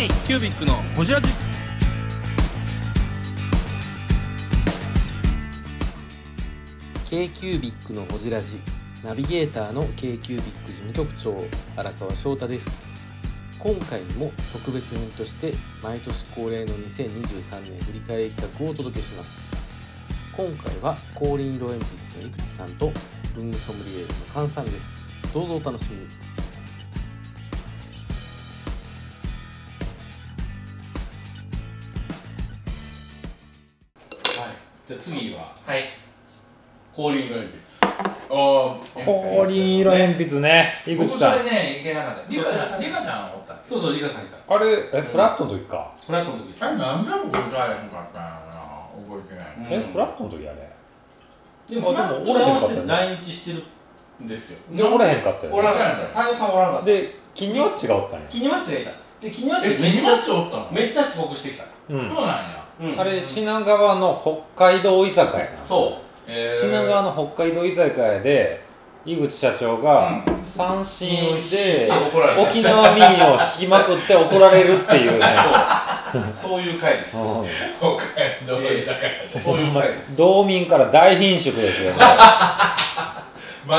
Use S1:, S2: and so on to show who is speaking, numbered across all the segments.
S1: イキュービックのホジラジ
S2: ー K-Cubic のほじラジナビゲーターの K-Cubic 事務局長荒川翔太です今回も特別編として毎年恒例の2023年振り返り企画をお届けします今回は光輪色鉛筆の井口さんと文具ソムリエールの菅さんですどうぞお楽しみに
S3: はい、じゃあ次は
S1: はい
S3: 氷色鉛筆お
S4: 氷色鉛筆ね、井
S5: 僕
S4: 口
S5: そ
S4: さん
S5: れ。ね、いけなかった。リカちゃん、リカちゃんおったっ
S3: そうそうリカさんいた
S4: あれ、え、フラットの時か。
S3: フラットの時です
S5: け。あれ、なんで僕さえへんかったんやろな。覚えてない。
S4: え、フラットの時あれ。
S3: でもフラ
S4: あでも
S3: 俺合わ
S4: おらんかっ
S3: せ
S4: た
S3: て
S4: ね
S3: 来日してるんですよ
S4: で、おらへんかったよ
S3: おら
S4: ね。
S3: んかった
S5: 太陽さんおらんかった。
S4: で、キニオッチがおったんや。
S3: キニマッチがいたでキニマッチ
S5: え、
S3: め
S5: メ
S3: っち
S5: ニマッ
S3: ゃ
S5: チおったの
S3: めっちゃ遅刻してきた、
S4: う。
S5: そうんなんや。
S3: うん
S4: あれ、品川の北海道居酒屋やな。
S3: そう、えー、
S4: 品川の北海道居酒屋で、井口社長
S5: う
S4: が三振で
S3: あ怒られた
S4: 沖縄民謡を弾きまくって怒られるっていうね。
S3: そう そういう回です、
S4: うん
S5: ん。北海道居酒屋で。
S3: そういう回です
S4: 道民から大貧縮ですよね。
S5: 真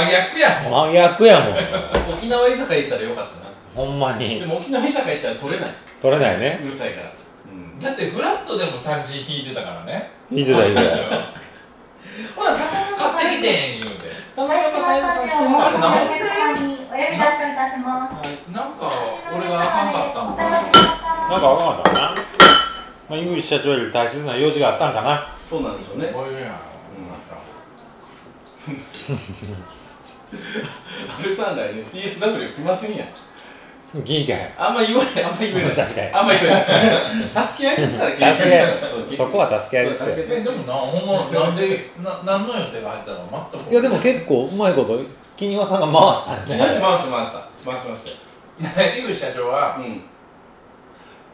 S5: 逆やもん。
S4: 真逆やもん。
S3: 沖縄居酒屋行ったらよかったな
S4: ほんま
S3: で
S4: に。
S3: も沖縄居酒屋行ったら取れない、
S4: 取れないね。
S3: うるさいから、うん、
S5: だって、フラットでも三振引いてたからね。
S4: いいじゃないいいじゃない。
S3: ほらたまたま
S5: 買ってきてん言うて。
S3: たまたま太陽さん来てもらうな
S6: お客様にお呼び出しといたします。
S5: なんか、俺があかんかったもんな。
S4: なんか分かんかったな。まあ、井口社長より大切な用事があったんかな。
S3: そうなんですよね
S5: こういうやん。なんか
S3: 安倍さん来年 TSW 来ませんやん
S4: 銀貨や。
S3: あんま言わない、あんま言わない。
S4: 確かに
S3: あんま言わない。助け合いですから、結局
S4: 助け合いそこは助け合いですよ
S3: そう助け合
S5: え、でもな、ほんま、なんで、な、何の予定が入ったの全く。
S4: いや、でも結構うまいこと、金岩さんが回したんや
S3: 回し
S4: ね。
S3: 回し回した。回しまし
S5: 井口社長は
S3: た。う、ん。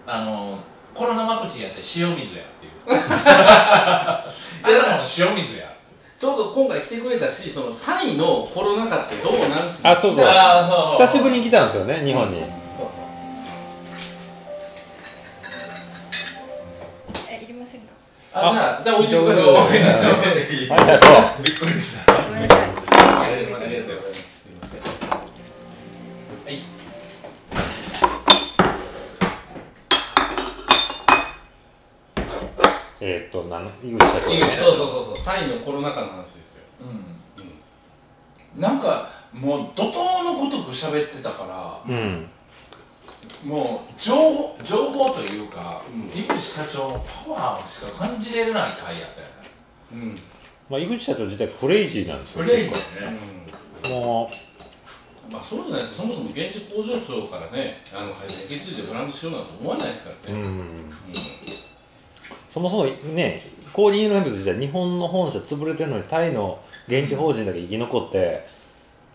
S5: あのコロナワクチンやって塩水や っていうあなたも塩水や
S3: ちょうど今回来てくれたし、そのタイのコロナ禍ってどうなんて。
S4: あ、そうそう。
S5: あ
S4: 久しぶりに来たんですよね、日本に。
S3: そうそう。
S6: え、いりませんか。
S3: あ、じゃあ、じゃあ置いてくださ
S4: 上手
S3: い。
S4: ありがとう。
S5: びっくりした
S6: ごめんなさい。
S3: ありがとうございます。すいませんはい。
S4: えー、っと、なの、井口社長、
S3: いい
S4: ね
S3: ね。そうそうそうそう。タイのコロナ禍の話ですよ。
S5: うんなんかもう怒涛のごとく喋ってたから
S4: うん。
S5: もう情報情報というか、
S3: うん
S5: 井口社長のパワーしか感じれない回やったよね
S3: うん。
S4: まあ、井口社長自体クレイジーなんですよ、
S5: レイ
S4: ね。
S5: コね
S4: も
S3: まあそうじゃないとそもそも現地工場長からねあの会社に引き継いでブランドしようなんて思わないですか
S4: う、
S3: ら
S4: う
S3: ね、
S4: ん。
S3: うん
S4: そもそもね、公認の鉛筆自体、日本の本社潰れてるのに、タイの現地法人だけ生き残って、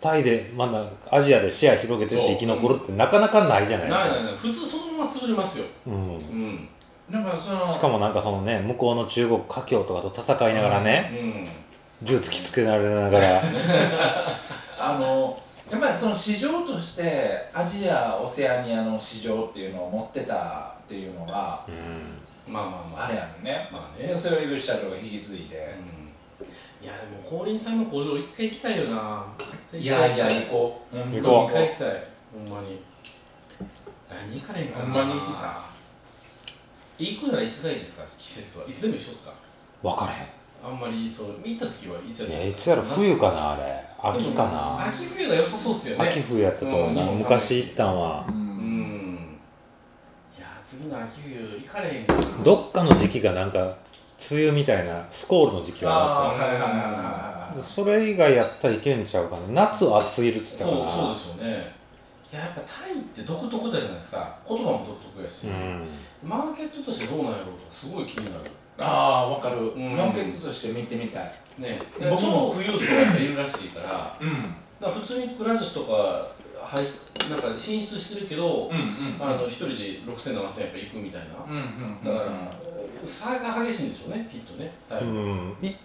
S4: タイでまだアジアでシェア広げてって生き残るってなかなかないじゃないです
S3: ない
S4: か
S3: ないない普通そのまま潰れますよ、
S4: うん
S3: うん
S5: なんかその
S4: しかもなんかそのね向こうの中国華僑とかと戦いながら
S3: う
S4: ね、
S3: ん、
S4: 銃突きつけられながら
S5: あのやっぱりその市場としてアジアオセアニアの市場っていうのを持ってたっていうのが
S4: うん
S3: まあまあまあ
S5: あれやんね、
S3: まあね
S5: でそれを井口社長が引き継いで、
S3: うんいやでも光林さんの工場一回行きたいよない
S5: やいや行こう、
S4: 行
S3: 一
S4: こ
S3: 回行きたいほんまに何行かねえかな
S5: ほんまに行きた
S3: い行くならいつがいいですか季節はいつでも一緒ですか
S4: 分からへ
S3: あんまりそう行った時はいつや
S4: んいや
S3: で
S4: い
S3: す
S4: つやろ冬かなあれ秋か
S3: うん
S4: な
S3: 秋冬が良さそうっすよね
S4: 秋冬やったと思うな、
S3: うん
S4: 昔行ったんは
S5: う
S3: うんんいや次の秋冬行かれへんかな
S4: どっかの時期がなんか梅雨みたいなスコールの時期はあ
S5: ああはいはいはいはい
S4: りま
S5: は
S4: すよそれ以外やったらいけんちゃうかな夏は暑いるっつった
S3: そう
S4: から
S3: そうでしょうねいややっぱタイって独特だじゃないですか言葉も独特やし、
S4: うん
S3: マーケットとしてどうなんやろうとかすごい気になる
S5: いああ分かる、
S3: ん
S5: マーケットとして見てみたい
S3: ね
S5: うん
S3: 僕も富裕層がいるらしいからだか
S5: うん
S3: ら普通にくら寿司とかはいなんか進出してるけど、
S5: うんうん
S3: あの一人で6000、7000やっぱ行くみたいな、
S5: うんうん
S3: だから、差が激しいんでしょうねきっとねタイは
S4: うん、い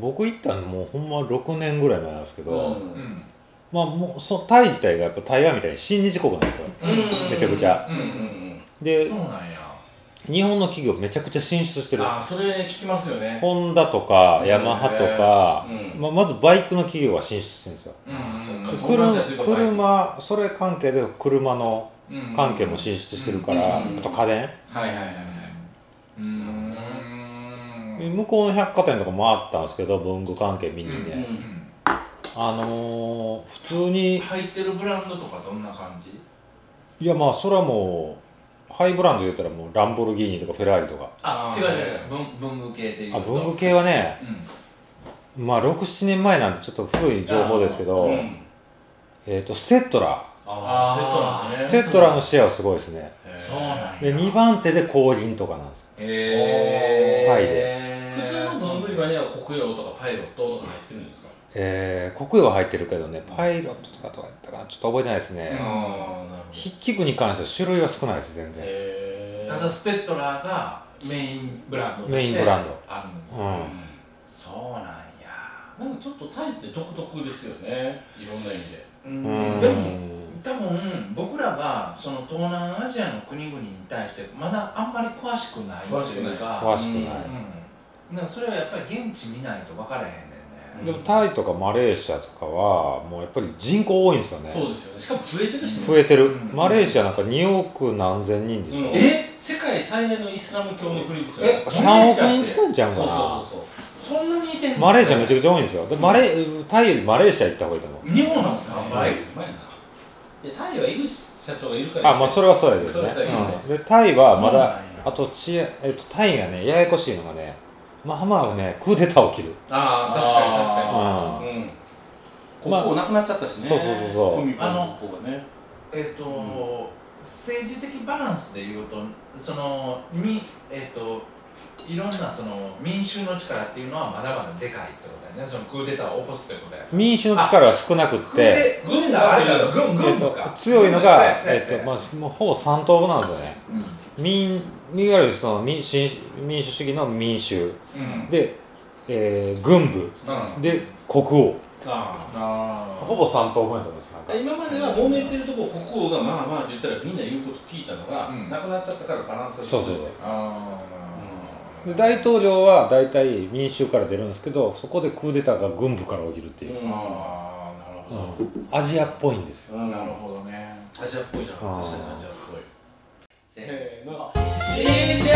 S4: 僕行ったのもうほんま6年ぐらい前なんですけど、
S3: うん
S5: うんうん
S4: まあもうそのタイ自体がやっぱ台湾みたいに親日国なんですよ、
S3: うん
S4: めちゃくちゃ
S5: うん
S3: うんうん
S4: で
S5: そうなんや
S4: 日本の企業めちゃくちゃ進出してる
S5: あーそれ聞きますよね
S4: ホンダとかヤマハとか、
S5: うん
S4: まあ、まずバイクの企業は進出してるんですよ
S5: うんそっか
S4: で
S3: 友
S4: 車
S3: 達やってるとバイク
S4: 車それ関係で車の
S5: うん
S4: 関係も進出してるから、
S3: うん
S4: あと家電、
S5: はいはいはいはいうーん
S4: 向こうの百貨店とか回ったんですけど文具関係見にね、
S5: うん
S4: あのー普通に
S5: 入ってるブランドとかどんな感じ
S4: いやまあそれはもうハイブランド言ったらもうランボルギーニとかフェラーリとか
S5: あ
S3: 違う違う
S5: 文文具系でいうと
S4: あ文具系はね
S5: うん
S4: まあ67年前なんでちょっと古い情報ですけど、
S3: うん
S4: えー、とステッドラ
S3: ああ
S5: あ
S3: セットなん
S5: ー
S3: だね
S4: ステッドラのシェアはすごいですね
S3: へー
S5: そうなん
S4: で
S5: や
S4: 2番手で後輪とかなんですよ
S5: へえ
S4: タイ
S3: 普
S5: で
S3: 通の文具売り場には国用とかパイロットとか入ってるんですか
S4: えー、国用は入ってるけどねパイロットとかとかやったかなちょっと覚えてないです
S3: あ
S4: ね
S3: あ、ーなるほど
S4: 筆記具に関しては種類は少ないです全然、
S3: へえ
S5: ただステッドラーがメインブランドと
S4: メイ
S5: し
S4: ン
S5: て
S4: ブランド
S5: あるのに
S4: うん
S5: そうなんや
S3: なんかちょっとタイって独特ですよねいろんな意味で
S5: うん
S4: うん
S5: でも多分僕らがその東南アジアの国々に対してまだあんまり詳しくない
S3: 詳し
S5: と
S3: くない
S5: いうか
S4: 詳しくない、
S5: うん、だからそれはやっぱり現地見ないと分からへんねんね、
S4: でもタイとかマレーシアとかはもうやっぱり人口多いんですよね
S3: そうですよねしかも増えてるしね
S4: 増えてる、
S5: うん
S4: マレーシアなんか2億何千人でしょ、
S3: うん
S5: え
S3: 世界最大のイスラム教の国ですよ
S5: え
S4: 3億人近いんちゃう
S3: そう
S4: か
S3: そう
S4: な
S3: そう
S5: そんなにいてんの
S4: マレーシアめちゃくちゃ多いんですよでマレータイよりマレーシア行った方がいいと思う
S5: 日本の
S3: そう
S5: 3
S3: うま
S5: 倍
S3: いうまいないやタイは井口社長がいるから
S4: あまあそれはそうやで
S3: そ
S4: すね
S3: うですよね
S4: うんでタイはまだ
S5: そうなんや
S4: あとち、えっと、タイがねややこしいのがねまあまあねクーデター起きる、
S3: ああ
S4: あ
S3: 確かに確かにうん
S4: まあ
S3: 国王なくなっちゃったしね
S4: そうそうそうそう
S3: コミパの国王がね
S5: えっと、政治的バランスでいうとそのみえっといろんなその民衆の力っていうのはまだまだでかいってことやねそのクーデターを起こすってことや
S4: 民主の力は少なくっ
S5: クーデ
S4: て、
S5: 軍だあれだ軍
S4: え
S5: 軍
S4: っ
S5: 部
S4: と
S5: か、
S4: 強いのが、
S5: 軍部
S4: え
S5: や
S4: っ
S5: そうや
S4: とまあ、もうほぼ三党なんですよね民いわゆるその民主民主主義の民衆
S5: うんうん
S4: で、えー軍部
S5: うん
S4: で国王
S3: あ
S5: あ
S4: ほぼ三等分やと思いますなんか
S3: あ今までは揉めてるとこ国王がまあまあって言ったらみんな言うこと聞いたのが
S5: うん
S3: なくなっちゃったからバランスが
S4: そうそう
S3: 崩れて
S5: あ
S4: で大統領は大体民衆から出るんですけどそこでクーデターが軍部から起きるっていう、
S3: う
S5: あ
S3: ん
S5: ああなるほど、
S4: アジアっぽいんですよ
S3: うん
S5: なるほどね
S3: アジアっぽいな確
S4: あー
S3: かにアジアっぽい
S5: せ
S3: せーの
S5: 新春スペ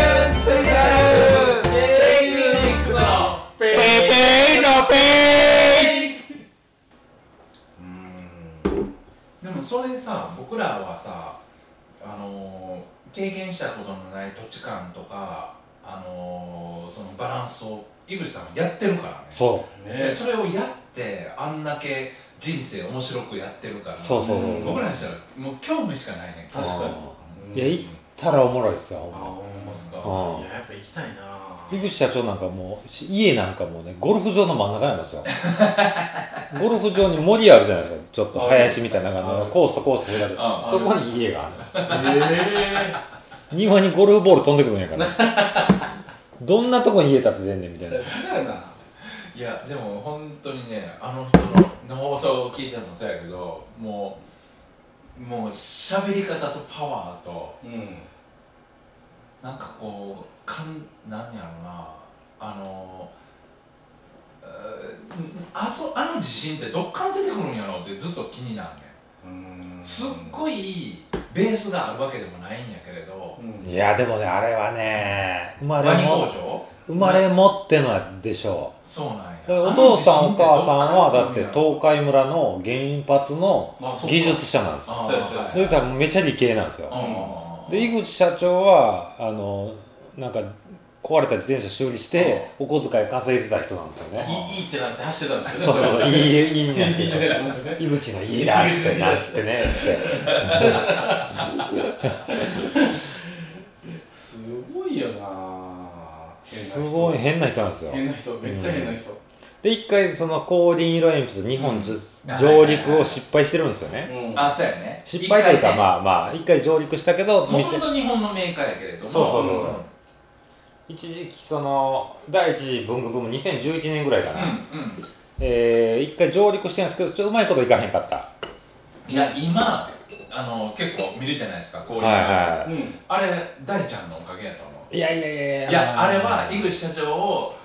S5: シャルペイユニックのペイでもそれさ僕らはさあのー経験したことのない土地感とかあのーそのバランスを井口さんはやってるからね
S4: そ
S5: で
S3: ね
S5: それをやってあんだけ人生面白くやってるから
S4: うそうそうそう、
S3: うん
S5: 僕らにしたらもう興味しかないねんけど
S3: 確か
S4: うん
S3: に
S4: いや行ったらおもろいです
S3: あ
S4: よ
S3: 思いますか
S4: うん
S3: いややっぱ行きたいな
S4: 井口社長なんかもうし家なんかもうねゴルフ場の真ん中なんです よゴルフ場に森あるじゃないですかちょっと林みたいな感じ
S3: あ
S4: でコースとコースと開く
S5: あ
S4: そこに家がある
S3: え
S4: 庭にゴルフボール飛んでくるんやから どんなとこに家建ててんねんみた
S3: え じゃ
S4: いな
S3: あ行きたいない
S5: やでも本当にねあの人の放送を聞いてもそうやけどもうもう喋り方とパワーと
S3: うん
S5: なんかこうかんなんやろうなあのえーあそあの自信ってどっから出てくるんやろうってずっと気になるねんすっごいベースがあるわけでもないんやけれど
S3: うん
S4: いやでもねあれはね生ま
S5: ワ
S4: れ
S5: ニ工
S4: も
S5: 場
S4: 生まれ持ってのでしょ
S5: そうなんや
S4: うだからお父さんお母さんは
S5: あの
S4: だっ
S5: 自信
S4: て
S5: ってどっ
S4: 東海村の原発の
S3: まあそうか
S4: 技術者なんですよ
S5: か
S3: 東
S5: ら来るん
S3: そう
S5: やろ
S3: や
S5: あー
S4: それ多分めちゃ理系なんですよ
S5: はい
S4: で井口社長はあのなんか壊れた自転車修理してお小遣い稼いでた人なんですよね
S3: いいいいってなって走ってたんです
S4: そ
S3: よ
S4: う
S3: ね
S4: そういいいいいいなんて
S3: いい
S4: 言
S3: ね
S4: って井口の家だっつってなっつってねっつって
S3: すごいよな
S4: すごい変な人なんですよ
S3: 変な人めっちゃ変な人
S4: で一回その光輪色鉛筆日本じゅ
S5: うん
S4: 上陸を失敗してるんですよね
S3: うん
S5: あそうやね
S4: 失敗というか
S5: あ
S4: まあまあ一回上陸したけど
S5: も
S4: 見
S5: と
S4: て
S5: もと日本のメーカーやけれども
S4: そうそう
S3: そう
S4: 一時期その第一次文具ブーム2011年ぐらいか
S5: うん
S4: な、
S5: うん
S4: えー一回上陸してるんですけどちょっとうまいこといかへんかった
S5: いや今あの結構見るじゃないですか氷の
S4: はい
S5: やつ、
S4: は
S3: うん
S5: あれ大ちゃんのおかげやと思
S4: いいやいやいや
S5: ういやあれは井口社長を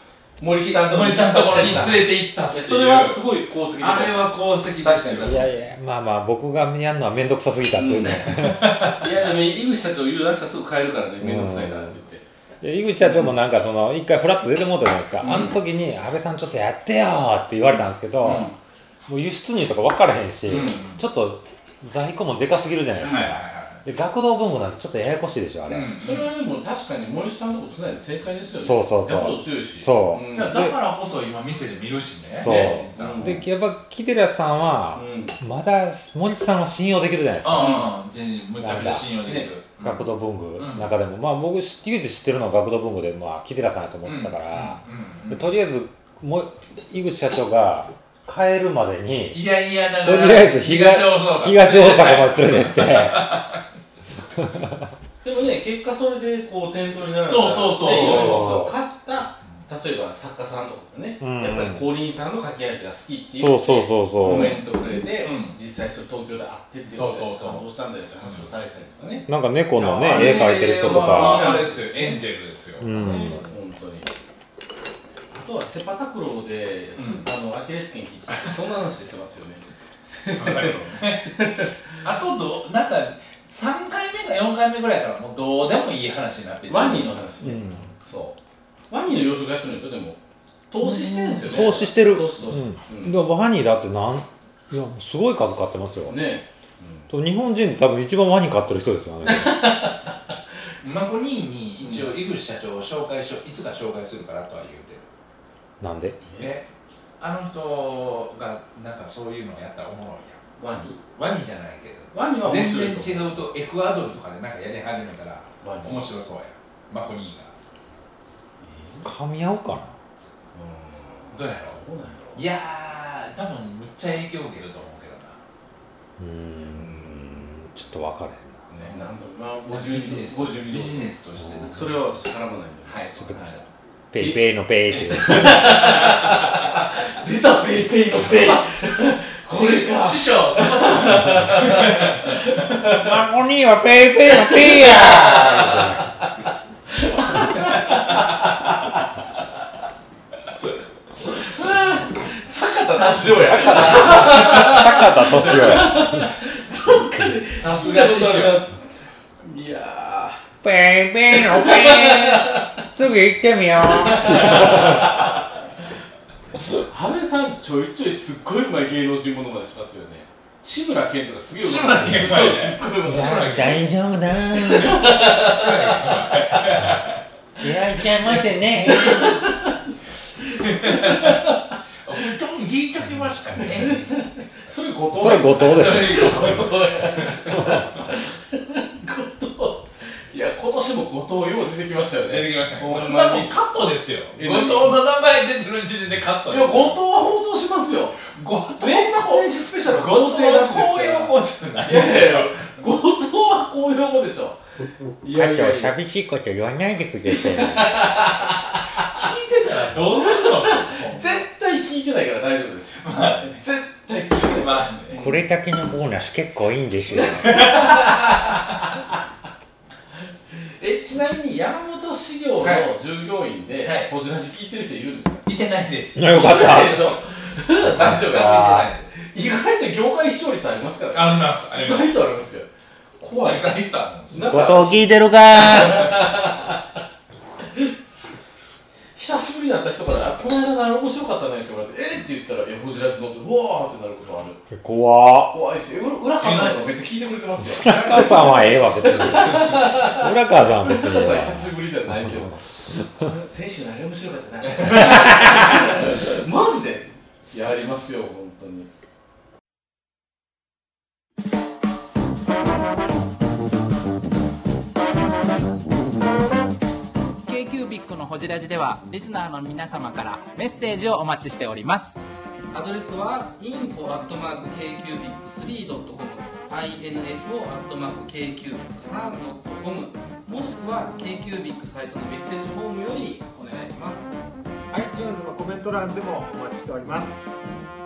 S3: 森木さんと
S5: 森さんのところに連れて行ったっ
S3: い
S5: てい
S3: や
S5: う
S3: それはすごい功績
S5: あれは功績ですよ
S3: 確かに
S4: いやいやまあまあ僕がやるのは面倒くさすぎたっていうね、
S3: いやでも井口社長油断したらすぐ帰るからね面倒くさいからって言って
S4: で井口社長もなんかその一回フラッと出てもうたじゃないですか、
S3: うん
S4: あの時に「安倍さんちょっとやってよ」って言われたんですけど、もう輸出入とか分からへんし、
S3: うん
S4: ちょっと在庫もでかすぎるじゃないですか、
S5: はいは
S4: で学童文庫なんてちょっとややこしいでしょあ
S5: い
S4: れ、
S5: はい、
S3: それはでも確かに森さんのことつないで正解ですよね
S4: そうそうそう
S3: ダブル強いし
S4: そう
S3: うん
S5: うんん、だからこそ今店で見るしね
S4: そう
S5: ねさ
S3: うん
S4: でやっぱ木寺さんは、
S3: うん
S4: まだ森さんは信用できるじゃないですか、
S5: ああ全然むちゃくちゃ信用できる、うん
S4: 学童文具
S5: うん
S4: の中でも、まあ僕知唯一知ってるのは学童文具で、まあ、木寺さんやと思ってたから、
S5: うんうんうん
S4: でとりあえずもう井口社長が帰るまでに
S5: いやいやだか
S4: と
S5: ら
S4: りあえず東
S5: 東大阪
S4: 東大阪まで連れてって
S3: でもね結果それでこう店頭になる
S5: そうそうそう
S3: ねいろいろ
S4: そ
S3: そ
S4: う
S3: う買った例えば作家さんとかがね、
S4: うん
S3: やっぱり降臨さんの書き味が好きっていう
S4: そうそうそう
S3: コ
S4: そ
S3: メントくれて、
S5: うん
S3: 実際それ東京で会ってってい
S5: そうそうそう
S3: 感動したんだよって話をされてたりとかね、
S4: うなんか猫の
S5: い
S4: ね
S5: や
S4: 絵描いてる人と
S5: あ
S4: か
S5: れはあれですよエンジェルですよ、
S4: う
S3: うん
S4: ん
S3: 本当にあとはセパタクローで、すあのアキレス腱切ってそんな話してますよね
S5: あとどうなんか3回目か4回目ぐらいからもうどうでもいい話になっていて
S3: ワニの話
S4: う
S3: ね、
S4: ん
S3: そうワニの養殖やってるんでしょでも投資してるんですよね
S4: 投資してる
S3: 投資投資、
S4: うんでもワニだってなんいやすごい数買ってますよ
S3: うんね
S4: と日本人で多分一番ワニ買ってる人ですよ ね
S5: 孫兄に一応井口社長を紹介しよういつか紹介するからとは言うてる
S4: なんで
S5: えあの人がなんかそういうのをやったらおもろい
S3: ワ
S5: や
S3: ニ
S5: んワニじゃないけど
S3: ワニは面
S5: 全
S3: 白い
S5: 然
S3: と思う
S5: 違うとエクアドルとかでなんかやり始めたら
S3: ワニ
S5: 面白そうやマコニーが
S4: 噛み合うかな
S5: どうやろ
S3: どうなんやろ
S5: ういやー多分めっちゃ影響を受けると思うけどな
S4: うーんちょっと分かれへんな
S3: ねなんだろうまあ50
S5: ビ
S3: ミ
S5: ジネ
S3: リ
S5: ス
S3: 50ミ
S5: ビ
S3: リ
S5: ジネスとしてなんか
S3: それは私絡まないんで
S5: はいちょっと
S3: はい
S4: ペイペイのペイっていう
S3: 出たペイペイのペイこれか
S5: 師匠すいません
S4: マコニーはペイペイのペイや
S5: 坂田師匠や
S4: 坂田敏夫 や
S5: さすが師匠
S3: いや
S4: ペイペイのペイ次行ってみよう
S3: ー羽生さんちょいちょいすっごいうまい芸能人ものまでしますよね志村けんとかすげえうまい
S5: 志村けんうまいね
S3: そうすっごいうまい
S5: 志村
S4: 大丈夫だいやじゃあ待ってね
S5: お布団引いときますかね
S3: それ後藤
S4: それ後藤です
S3: それ 後藤後藤いや今年も後藤よう出てきましたよね
S5: 出てきましたね
S3: ほんまに
S5: 今もうカットですよ後
S3: え
S5: 藤の名前出てる時点でカット
S3: いや後藤は放送しますよ
S5: 後藤
S3: 年末年始スペシャル
S5: 後
S3: 合
S5: 藤
S3: 成なしですから
S5: こういうもんじゃない
S3: いやいやいや後藤は公用語でしょいやいやいや
S4: 寂しいこと言わないでく
S5: 聞
S4: れて
S5: いてたらどうするの
S3: 絶対聞いてないから大丈夫です、絶対聞いてない
S5: まあね
S4: これだけのボーナス結構いいんですよ
S3: えちなみに山本修行の
S5: はい
S3: 従業員で、
S5: はい
S3: ほじらし聞いてる人いるん ですか
S5: 見てないです
S4: よかっ
S3: い
S4: た
S3: ないでしょ 大丈
S5: 見
S3: 夫
S5: て
S3: か
S5: ないです
S3: 意外と業界視聴率ありますからね
S5: ありますあ
S3: 意
S5: ります
S3: 外とありますよ怖い
S5: 意外とあるんです
S3: なんか
S4: 後藤聞いてるか
S3: 久しぶりになった人から「あこの間のあれ面白かったね」って言われて「えっ?」って言ったら「いやほじらしの」ってうわーってなることある
S4: 怖っ
S3: 怖いしう浦川さんとかめっちゃ聞いてくれてますよ
S4: 浦川さんはええわ 別に浦川さんは別
S3: 浦
S4: に
S3: 川
S4: ええわ
S3: さん久しぶりじゃないけど選手のあれ面白かったなマジでいやありますよ本当に
S1: k q b i c のほじラジではリスナーの皆様からメッセージをお待ちしております
S7: アドレスは info.kcubic3.com info.kcubic3.com もしくは KQBIC サイトのメッセージフォームよりお願いします
S8: iTunes のコメント欄でもお待ちしております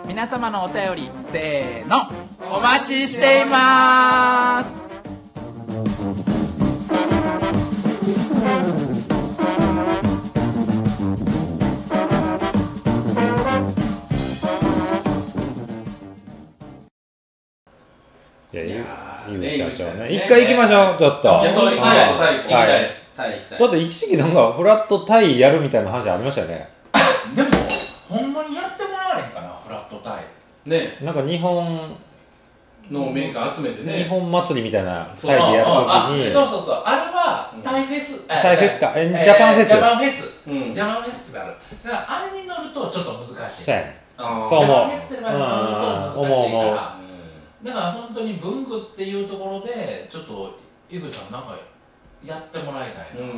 S1: 皆様のお便りせーの
S7: お
S1: お待ちしています
S4: いや、いい
S7: いやー
S4: いい
S7: ね
S4: しましょう
S7: いい
S4: ね。
S7: ですね
S4: 一回行きましょう、ちょっと。
S7: いや
S4: だ
S7: 行きたい
S4: はい
S7: 行きたいタイ行きたい
S4: って一時期なんか、フラットタイやるみたいな話ありましたよね。
S5: でもほんまにやってもらわれへんかなフラットタイ
S3: ね
S4: なんか日本、
S3: のメーカー集めて
S4: 日
S3: ね
S4: 本祭りみたいな
S5: そう
S4: タイでやる
S5: ああ
S4: とき
S5: そ
S4: に、
S5: うそうそうあれはタイフェス、え
S4: タイフェスかえ
S5: え
S4: ジャパンフェス
S5: ジャパンフェス
S3: うん
S5: ジャパンフェスティバルだからあれに乗るとちょっと難しい
S4: そうやね
S3: あー
S4: そう思
S5: ジ
S4: う
S5: ャパンフェスティバルに乗ると難しいからだから本当に文具っていうところでちょっと井口さんなんかやってもらいたい
S3: うん、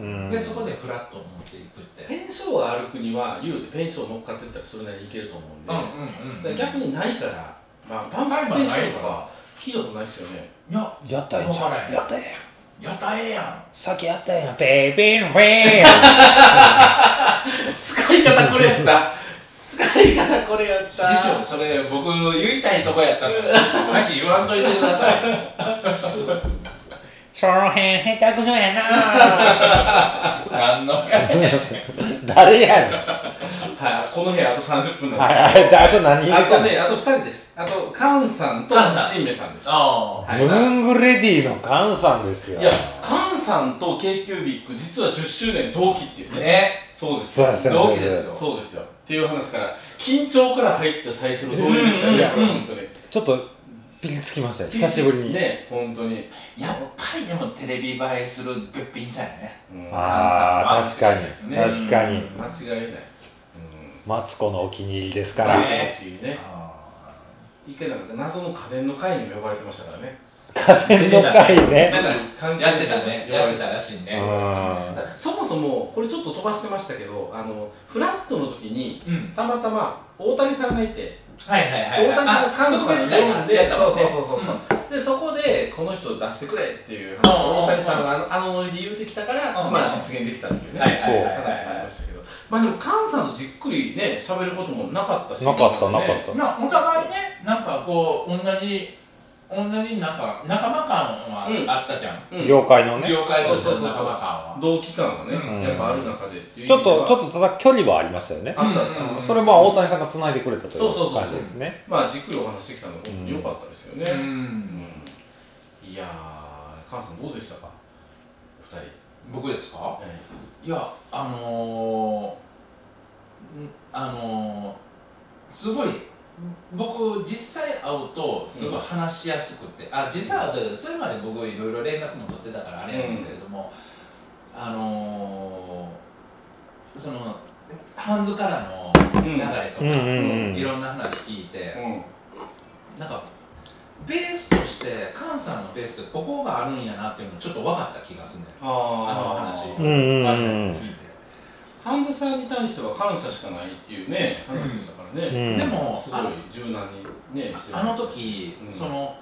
S3: うん
S4: うん
S5: でそこでフラット持っていくって
S3: ペンションを歩くには言うてペンション乗っかってったらそれなりにいけると思うんで、
S5: う
S3: だ
S5: ん
S3: から逆にないから、まあ、パンパンペンションとか聞いたことないですよね
S5: いや
S4: やった
S5: らええんちゃう
S4: やったらええやん。
S5: やったらええやん
S4: さっきやったやん。ペーペーのペー。
S3: 使い方これやった 使い方これやった
S5: それ僕言いたいとこやったからさっき言わんといてください
S4: その辺、下手くそやな
S5: 何のか
S4: 誰やねん。
S3: はい、この部屋あと30分なんです
S4: あれあと何言
S3: あ
S4: うか
S3: とね、あと2人ですあとカンさんと
S5: カンさん
S3: シンメさんです
S5: あ
S3: はい
S4: ムーングレディのカンさんですよ。
S3: いや、カンさんと k キュービック実は10周年同期っていうね
S5: ね
S3: そうです
S4: そうやそうやそう
S5: 同期です
S4: や
S5: よ
S3: そうですよっていう話から緊張から入った最初の導入でしたね、
S5: うんうんうん
S3: 本当に
S4: ちょっとピリつきましたね。久しぶりに。
S3: ね本当に
S5: やっぱりでもテレビ映えするべっぴんちゃんやね
S3: うん
S4: ああ、確かに、
S3: ね
S4: 確かに。
S3: 間違いない
S4: マツコのお気に入りですか
S3: ダ
S4: ら。
S5: ね
S3: メっていうね一回なんか謎の家電の会にも呼ばれてましたからね
S4: 天の会
S5: な
S4: ね。
S5: んか
S3: 関係
S5: やってたね
S3: 呼ば
S5: やっ
S3: れ
S5: て
S3: て
S5: たらしいね
S4: う
S3: そもそもこれちょっと飛ばしてましたけどあのフラットの時に
S5: うん
S3: たまたま大谷さんがいて
S5: はいはいはい
S3: 大谷さんが関
S5: 特別
S3: 西
S5: 会
S3: で呼んでそうそうそううそうそうでそこでこの人出してくれっていう話を大谷さんがあのあのノリで言うてきたから
S5: うん
S3: まあ実現できたっていうね
S5: はいはいはいはい
S3: 話がありましたけどまあでも菅さんとじっくりね喋ることもなかったし
S4: なかった、なか
S3: ね
S4: った。
S5: なお互いねなんかこう同じ同じなんか仲間感は
S3: うん
S5: あったじゃん、
S3: うん
S4: 業界のね。
S5: 業界としての
S3: そうそうそう
S5: 仲
S3: そう
S5: 間感は
S3: 同期感がね、
S5: うん
S3: やっぱある中でっていう
S4: ちょっと、ちょ
S3: っと
S4: っとただ距離はありましたよね。
S3: あったあっ
S5: うんうんうん
S3: た
S4: それはまあ大谷さんが繋いでくれたとい
S3: そうそう
S4: う
S3: そうそう
S4: 感じですね。
S3: まあじっくりお話してきたのが本当に良かったですよね、
S5: う
S3: うん
S5: ん
S3: いやー菅さんどうでしたかお二人、
S5: 僕ですか
S3: え
S5: いやあのー、んあのー、すごい僕実際会うとすごい話しやすくて、あ実際会うというよりそれまで僕いろいろ連絡も取ってたからあれなんだけれども、あのー、そのハンズからの流れとか、
S4: うんうんうん
S5: いろんな話聞いて、
S3: えうん
S5: なんかベースとして菅さんのベースってここがあるんやなっていうのちょっと分かった気がするんだよあの
S3: あ
S5: 話
S3: ー
S4: うんうんう
S5: 聞
S4: ん
S5: いて。
S3: ハンズさんに対しては感謝しかないっていうね話でしたから
S4: う
S3: ね、
S4: ん
S5: でも
S3: すごい
S5: あの
S3: 柔軟にねしてる
S5: あの時、
S3: うん
S5: その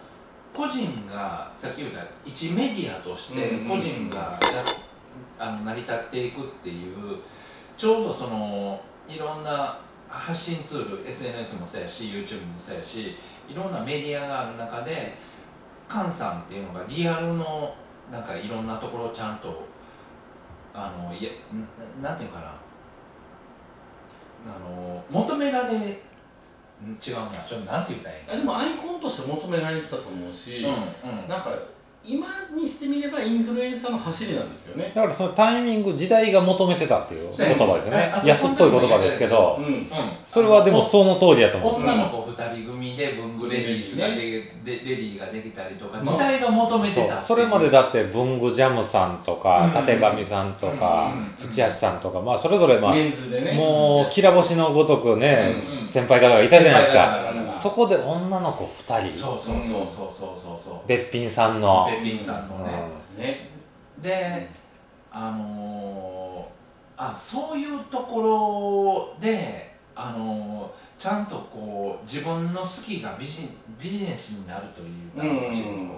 S5: 個人がさっき言った一メディアとして
S3: うんうん
S5: 個人がや、あの成り立っていくっていうちょうどそのいろんな発信ツール SNS もそうやし YouTube もそうやしいろんなメディアがある中で菅さんっていうのがリアルのなんかいろんなところをちゃんとあのいやんなんていうかなあの求められん違うなちょっとなんて言ったらいいんだ
S3: あでもアイコンとして求められてたと思うし、
S5: うん
S3: なんか今にしてみればインフルエンサーの走りなんですよね
S4: だからそのタイミング、時代が求めてたっていう
S5: そう
S4: 言
S5: やね
S4: 葉ですよね
S5: あ。と
S4: 安っぽい言葉ですけ
S3: う
S4: ど、
S3: ん
S4: それはでも
S5: あ
S4: その通りだと
S5: の
S4: 思うんです
S5: 女
S4: よ。
S5: の子2人組で文具レディースがででレディーができたりとか
S3: まあ
S5: 時代が求め
S4: そ
S5: て
S4: う
S5: たってい
S4: それまでだって文具ジャムさんと
S5: うん
S4: か
S5: うんうん
S4: 立上さんとか
S5: うんうんうん
S4: 土橋さんとかまあそれぞれまあ
S3: メンズでね
S4: もうきらぼしのごとくね、
S3: うんうん
S4: 先輩方がいたじゃないですか
S5: そ
S4: そこで女の子2人
S5: そうそうそうそうそうそうそう
S4: べっぴんさんの、
S5: べっぴんさんのね
S3: ね
S5: であのーあそういうところであのーちゃんとこう自分の好きがビジビジネスになるというか、
S3: うん
S4: うん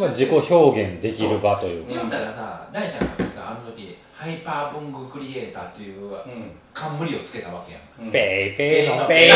S4: まあ、自己表現できる場という
S5: 言うたらさ大ちゃんがさあの時ハイパー文具クリエイターという
S3: う
S5: 冠をつけたわけやん
S3: んうん
S4: ペイペイのペイ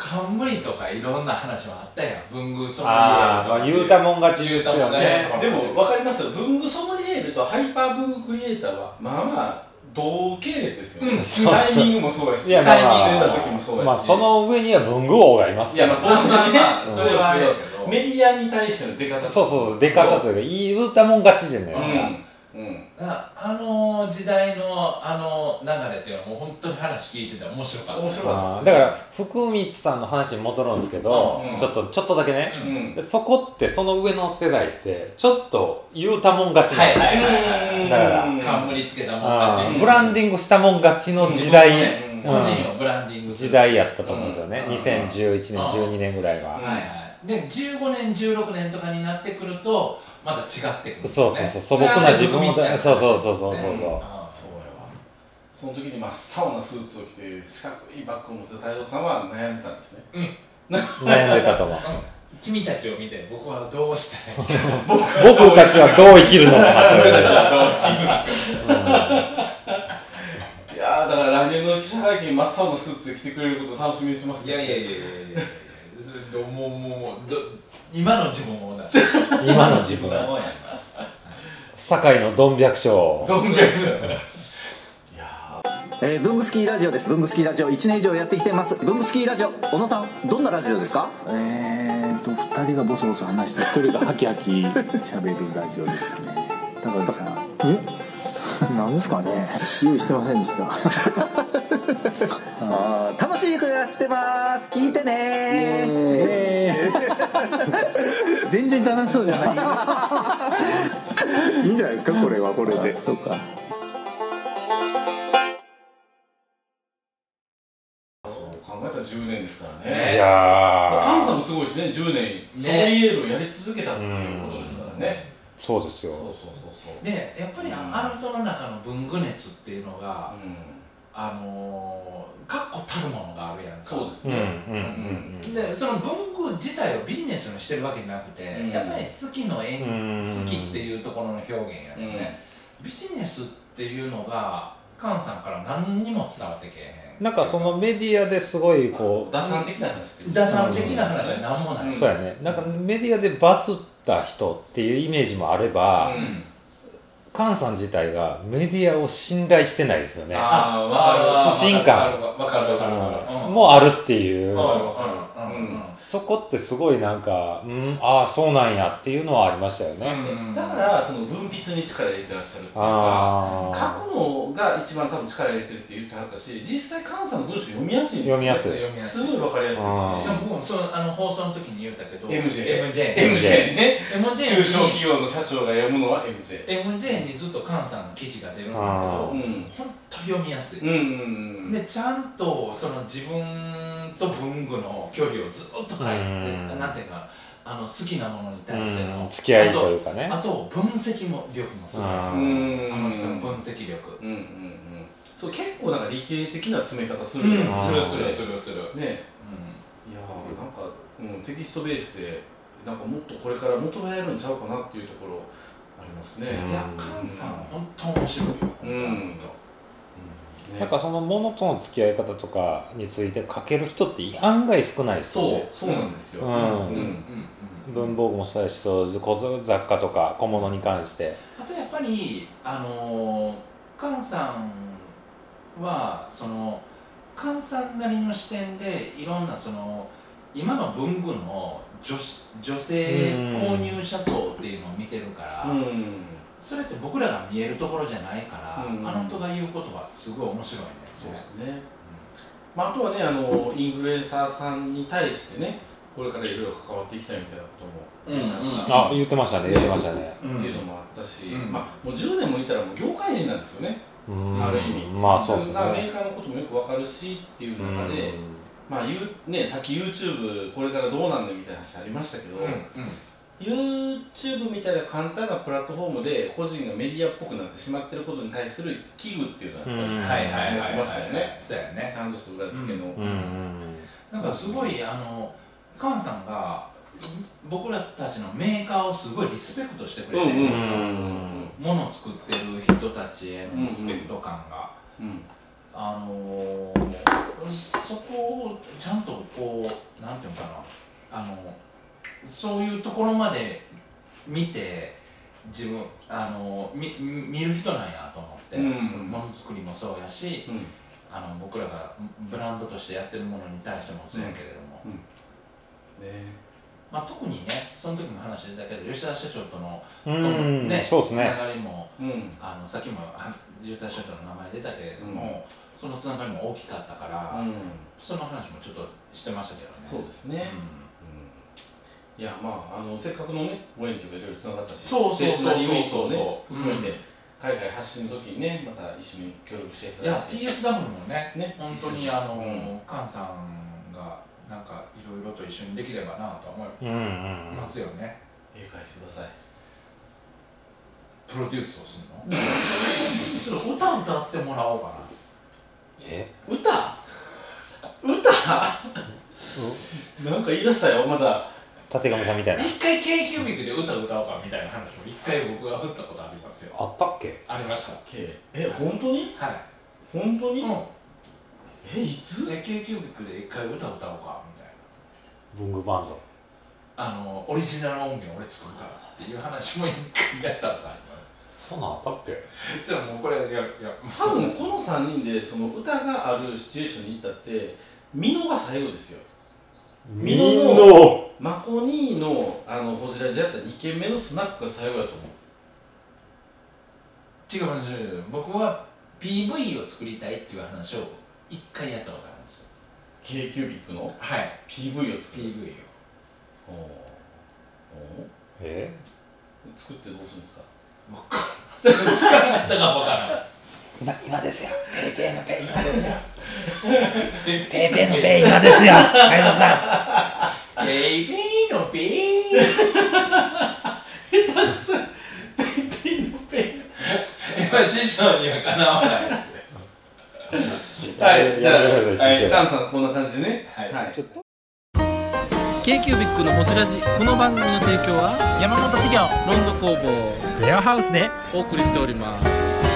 S5: 冠とかいろんな話もあったやん文具ソムリエ
S4: ああ、まあ、言うたもん勝ちです
S5: 言うたも
S4: よ
S5: ん勝
S4: ね。
S5: ち
S3: ね、でも分かりますよ文具ソムリエールとハイパー文具クリエイターはまあまあ同系列ですよね、
S5: うん
S3: タイミングもそうやし
S4: いやまあ
S3: タイミング出た時もそうやし、
S4: まあ、その上には文具王がいます
S3: い
S4: か
S3: や
S4: ら
S3: まあど
S4: ね
S3: うしてもね
S5: まあまあ
S3: それはあれやけ
S5: そう
S3: どメディアに対しての出方
S4: そうそう、出方というか、言うたもん勝ちじゃないですか。
S3: うん、うん、
S5: ああの時代のあの流れっていうのはもう本当に話聞いてて面白かった
S3: 面白
S4: あ
S3: か
S4: ー
S3: った
S4: だ
S3: で
S4: から福光さんの話に戻るんですけど、
S3: うん
S4: ちょっとちょっとだけね
S3: す、ねうん
S4: でそこってその上の世代ってちょっと言うたもん勝ちなん
S5: は
S4: で
S5: い
S4: すよ、
S5: はいはいはい
S4: だから
S3: うん
S5: 冠つけたもん
S4: あ
S5: 勝
S4: ー
S5: ち
S4: ブランディングしたもん勝ちの時代、
S3: うん
S5: 個人をブランディングする
S4: 時代やったと思うんですよね、
S3: うん
S4: 2011年12年ぐらいは、
S5: はいはいで15年16年とかになってくるとまた違ってくるんです
S4: そうそうそう素朴な自分を
S5: それはね
S4: そうそうそうそうそう
S5: うんあ
S3: そうやわその時に真っ青なスーツを着て四角いバッグを持つ太陽さんは悩んでたんですね
S4: 悩んでたと思う
S5: 君たちを見て僕はどうしたい
S4: 僕たちはどう生きるのかと いう
S3: いやーだから来年の記者会見に真っ青なスーツで来てくれることを楽しみにしてます
S5: いやいやいやいやいやそれどもうもうもうど今の自分を だ
S4: 今の自分
S5: もうやん
S4: 堺のどん百姓
S3: どんぐらいでしょ
S8: えー、文具スキーラジオです文具スキーラジオ1年以上やってきてます文具スキーラジオ小野さんどんなラジオですかえーと2人がボソボソ話して1人がハキハキ喋るラジオですね高橋さんえなんですかね用意してませんでした 楽しい曲やってます聞いてね 全然楽しそうじゃない いいんじゃないですかこれはこれでそうか
S3: そう考えたら10年ですから
S4: い
S3: ね
S4: や
S3: パンさん
S4: ー
S3: もすごいしね10年
S5: ね
S3: ソムリエールをやり続けたっていうことですからね
S4: そうですよ
S3: そうそうそうそう
S5: でやっぱりあの人の中の文具熱っていうのが、
S3: うん
S5: あのー、確固たるものがあるやんか
S3: そうです
S4: うんうんうん
S3: ね
S4: うん
S5: でその文具自体をビジネスにしてるわけじゃなくて、
S3: うん
S5: やっぱり好きの演
S4: うん
S5: 好きっていうところの表現や
S3: う
S5: ね、
S3: ん
S5: ビジネスっていうのが菅さんから何にも伝わってけえへん
S4: なんかそのメディアですごいこ
S3: 打算的な話って
S5: 打算的な話は何もない、
S4: う、
S3: ん
S4: そうやねなんかメディアでバズった人っていうイメージもあれば、
S3: うん
S4: 菅さん自体がメディアを信頼してないですよね、
S3: あー
S5: あ
S3: わ
S5: ー
S4: 不信
S5: わ
S4: 感
S5: かるわかるわかる
S4: うん
S5: うん
S4: もうあるっていう、
S5: わかるわかるうん
S4: そこってすごいなんかうんああそうなんやっていうのはありましたよね、
S5: うん
S3: だからその文筆に力入れてらっしゃるっていうか
S4: ああ
S3: 書くのが一番多分力入れてるって言ってはったし実際菅さんの文章読みやすいんですよ
S4: 読みやすい
S5: 読みや
S3: す
S5: すい
S3: ごいわかりやすいし
S4: あ
S5: でももうそのあの放送の時に言うたけど
S3: MJ
S5: MJ
S3: MJ ね
S5: MJ
S3: 中小企業の社長が読むのは MJ
S5: MJ にずっと菅さんの記事が出るんだけど
S4: あ
S3: うん
S5: 本当読みやすい、
S3: うんうんうん
S5: でちゃんとその自分と文具の距離をずっと書いて、
S4: うん
S5: なんていうかあの好きなものに
S4: う
S5: 対して
S4: ん
S5: の、
S4: 付き合いというかね
S5: あと分析も力もすごい、あ
S3: うん
S5: の人の分析力、
S3: うんうんうんそう結構なんか理系的な詰め方す
S5: う
S3: るよ
S5: ん
S3: ね
S5: するする
S3: ね
S5: するする、
S3: ねいやーなんか、うん、テキストベースでなんかもっとこれから求められるんちゃうかなっていうところありますね
S5: うん、
S3: い
S5: い
S3: や
S5: や菅さん本当面白いよ、
S3: うんね
S4: なんかそのものとの付き合い方とかについて書ける人って案外少ないですよ
S3: そ
S4: ね
S3: うそうなんですよ
S4: う
S5: うんんうんうん
S4: 文房具もそうやしそう小雑貨とか小物に関して
S5: あとやっぱりあのー、菅さんはその菅さんなりの視点でいろんなその今の文具の女子女性購入者層っていうのを見てるから、
S3: うん
S5: それって僕らが見えるところじゃないから、
S3: うん
S5: あの人が言うことはすごい面白いね
S3: そうですね、まあ、あとはねあのインフルエンサーさんに対してねこれからいろいろ関わっていきたいみたいなことも
S5: うんうん
S4: あ言ってましたね言ってましたね
S5: うん
S3: っていうのもあったし、
S5: うん
S3: まあ、もう10年もいたらもう業界人なんですよね、
S4: うん
S3: ある意味
S4: まあそうです
S3: だからメ
S4: ね
S3: ーカーのこともよくわかるしっていう
S4: う
S3: 中
S4: ん
S3: で、まあゆうね、さっき YouTube これからどうなんだみたいな話ありましたけど、YouTube みたいな簡単なプラットフォームで個人がメディアっぽくなってしまってることに対する危惧っていうのはやっぱり
S4: うん
S5: はいはいはいはい
S3: 持ってますよね
S5: そうやね
S3: ちゃんとした裏付けの、
S4: うんうん
S5: なんかすごいあの菅さんが僕らたちのメーカーをすごいリスペクトしてくれてる、
S3: うん
S4: うん
S5: ものを作ってる人たちへのリスペクト感が、
S3: うん
S5: あのーそこをちゃんとこうなんていうのかなあのそういうところまで見て自分あのみ見る人なんやと思って、
S3: うん
S5: そのものづくりもそうやし、
S3: うん
S5: あの僕らがブランドとしてやってるものに対してもそうやけれども、
S3: ね
S5: まあ、特にねその時も話してたけど吉田社長との
S4: う
S5: との
S4: ん、そうです
S5: つな
S4: ね。
S5: がりも
S3: うん
S5: あのさっきもは吉田社長の名前出たけれども、そのつながりも大きかったから、
S3: うん
S5: その話もちょっとしてましたけどね。
S3: そうですね、うんいやまああのせっかくのねご縁というかいろいろつながったし
S5: そうそうそう
S3: ステーショナリーウィークをね
S5: そうそうそう
S3: 含めて、海外発信の時にねまた一緒に協力してい
S5: い
S3: ただ
S5: や
S3: いて
S5: TSW もね
S3: ね
S5: 本当にあの、
S3: うん
S5: カンさんがなんかいろいろと一緒にできればなと思い
S4: うんうんうん
S5: ま。すよね、
S3: 絵描いてください
S5: プロデュースをするの歌歌ってもらおうか
S4: え、
S3: 歌歌なんか言い出したよまだ
S4: たてがみさんみたい
S5: な
S4: な。
S5: 一回 k q b で歌歌おうかみたいな話も一回僕が振ったことありますよ
S4: あったっけ？
S5: ありました
S3: え本当に
S5: はい、
S3: 本当に、
S5: う
S3: えいつ
S5: ん、で k q b で一回歌歌おうかみたいな
S4: 文具バンド。
S5: あのオリジナル音源俺作るからっていう話も一回やったことあります
S4: そんなんあったっけ？
S5: じゃあもうこれいやいや
S3: 多分この3人でその歌があるシチュエーションに行ったって美濃が最後ですよ
S4: み
S3: み
S4: ん
S3: ん
S4: な
S3: な。
S4: う
S3: マコニーのあのホジラジやった2軒目のスナックが最後やと思う
S5: 違う話だけど僕は PV を作りたいっていう話を一回やったことあるんですよ
S3: k q b i c の
S5: はい
S3: PV を作る
S5: PV を
S3: おーお
S4: え？
S3: ー作ってどうするんですか
S5: 僕は 使い方がわから ない
S9: 今今ですよ。ペイペイのペイ今ですよ。
S5: ペイ
S9: ペイ ペイのペイ今ですよ。前田さん。
S5: ペイペイのペイ
S3: 下手くそペイペイのペイ
S5: 今師匠にはかなわないですね
S3: はい、じゃあ、
S4: やめてください
S3: はい、カンさんこんな感じでね。
S5: はい
S3: はい
S7: k q b i c のホジラジこの番組の提供は山本資源ロンド工房
S9: レアハウスで
S7: お送りしております